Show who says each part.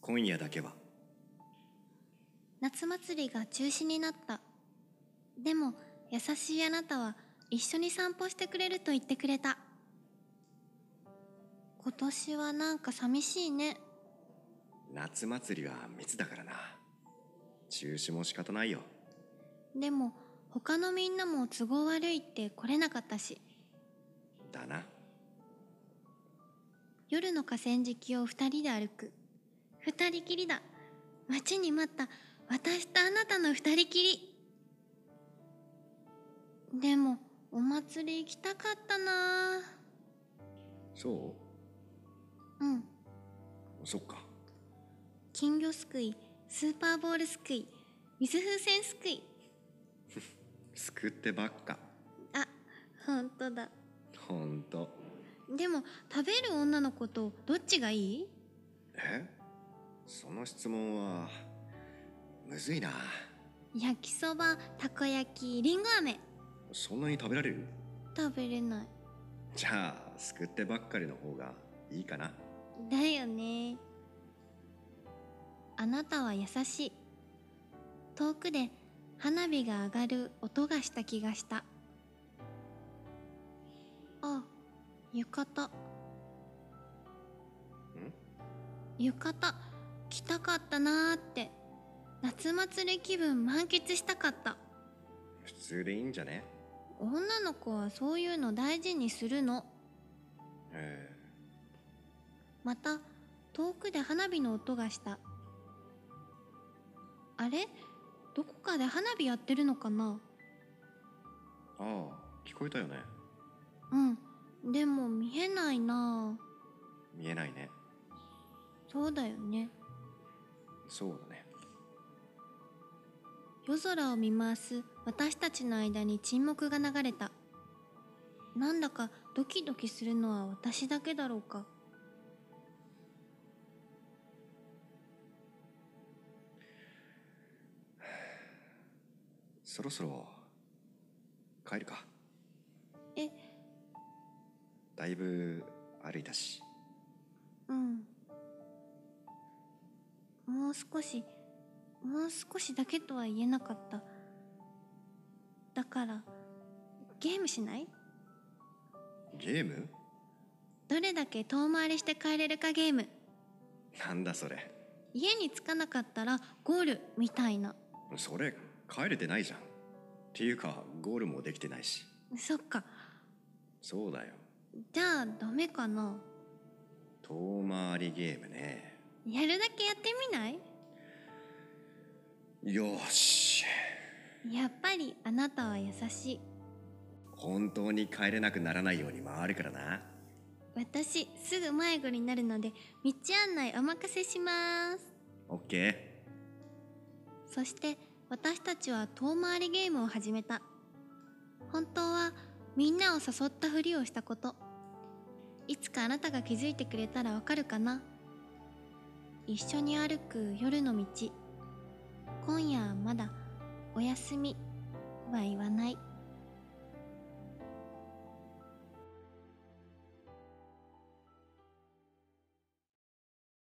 Speaker 1: 今夜だけは
Speaker 2: 夏祭りが中止になったでも優しいあなたは一緒に散歩してくれると言ってくれた今年はなんか寂しいね
Speaker 1: 夏祭りは密だからな中止も仕方ないよ
Speaker 2: でも他のみんなも都合悪いって来れなかったし
Speaker 1: だな
Speaker 2: 夜の河川敷を二人で歩く二人きりだ待ちに待った私とあなたの二人きりでもお祭り行きたかったな
Speaker 1: そ
Speaker 2: うん
Speaker 1: うそっか
Speaker 2: 金魚すくいスーパーボールすくい水風船すくい
Speaker 1: 救ってばっか
Speaker 2: あ本当だ
Speaker 1: ほんと
Speaker 2: でも食べる女の子とどっちがいい
Speaker 1: えその質問はむずいな
Speaker 2: 焼きそばたこ焼きりんご飴
Speaker 1: そんなに食べられる
Speaker 2: 食べれない
Speaker 1: じゃあ救ってばっかりの方がいいかな
Speaker 2: だよねあなたは優しい遠くで花火が上がる音がした気がしたあ浴衣
Speaker 1: ん
Speaker 2: 浴衣着たかったなーって夏祭り気分満喫したかった
Speaker 1: 普通でいいんじゃね
Speaker 2: 女の子はそういうの大事にするの
Speaker 1: え
Speaker 2: また遠くで花火の音がしたあれどこかで花火やってるのかな
Speaker 1: えああ聞こえたよね
Speaker 2: うんでも見えないなあ
Speaker 1: 見えないね
Speaker 2: そうだよね
Speaker 1: そうだね
Speaker 2: 夜空を見回す私たちの間に沈黙が流れたなんだかドキドキするのは私だけだろうか
Speaker 1: そろそろ帰るか
Speaker 2: え
Speaker 1: だいぶ歩いたし
Speaker 2: うんもう少しもう少しだけとは言えなかっただからゲームしない
Speaker 1: ゲーム
Speaker 2: どれだけ遠回りして帰れるかゲーム
Speaker 1: なんだそれ
Speaker 2: 家に着かなかったらゴールみたいな
Speaker 1: それ帰れてないじゃんっていうかゴールもできてないし
Speaker 2: そっか
Speaker 1: そうだよ
Speaker 2: じゃあダメかな
Speaker 1: 遠回りゲームね
Speaker 2: やるだけやってみない
Speaker 1: よーし
Speaker 2: やっぱりあなたは優しい
Speaker 1: 本当に帰れなくならないように回るからな
Speaker 2: 私すぐ迷子になるので道案内お任せします
Speaker 1: オッケ
Speaker 2: そして私たちは遠回りゲームを始めた本当はみんなを誘ったふりをしたこといつかあなたが気づいてくれたらわかるかな一緒に歩く夜の道今夜はまだおやすみは言わない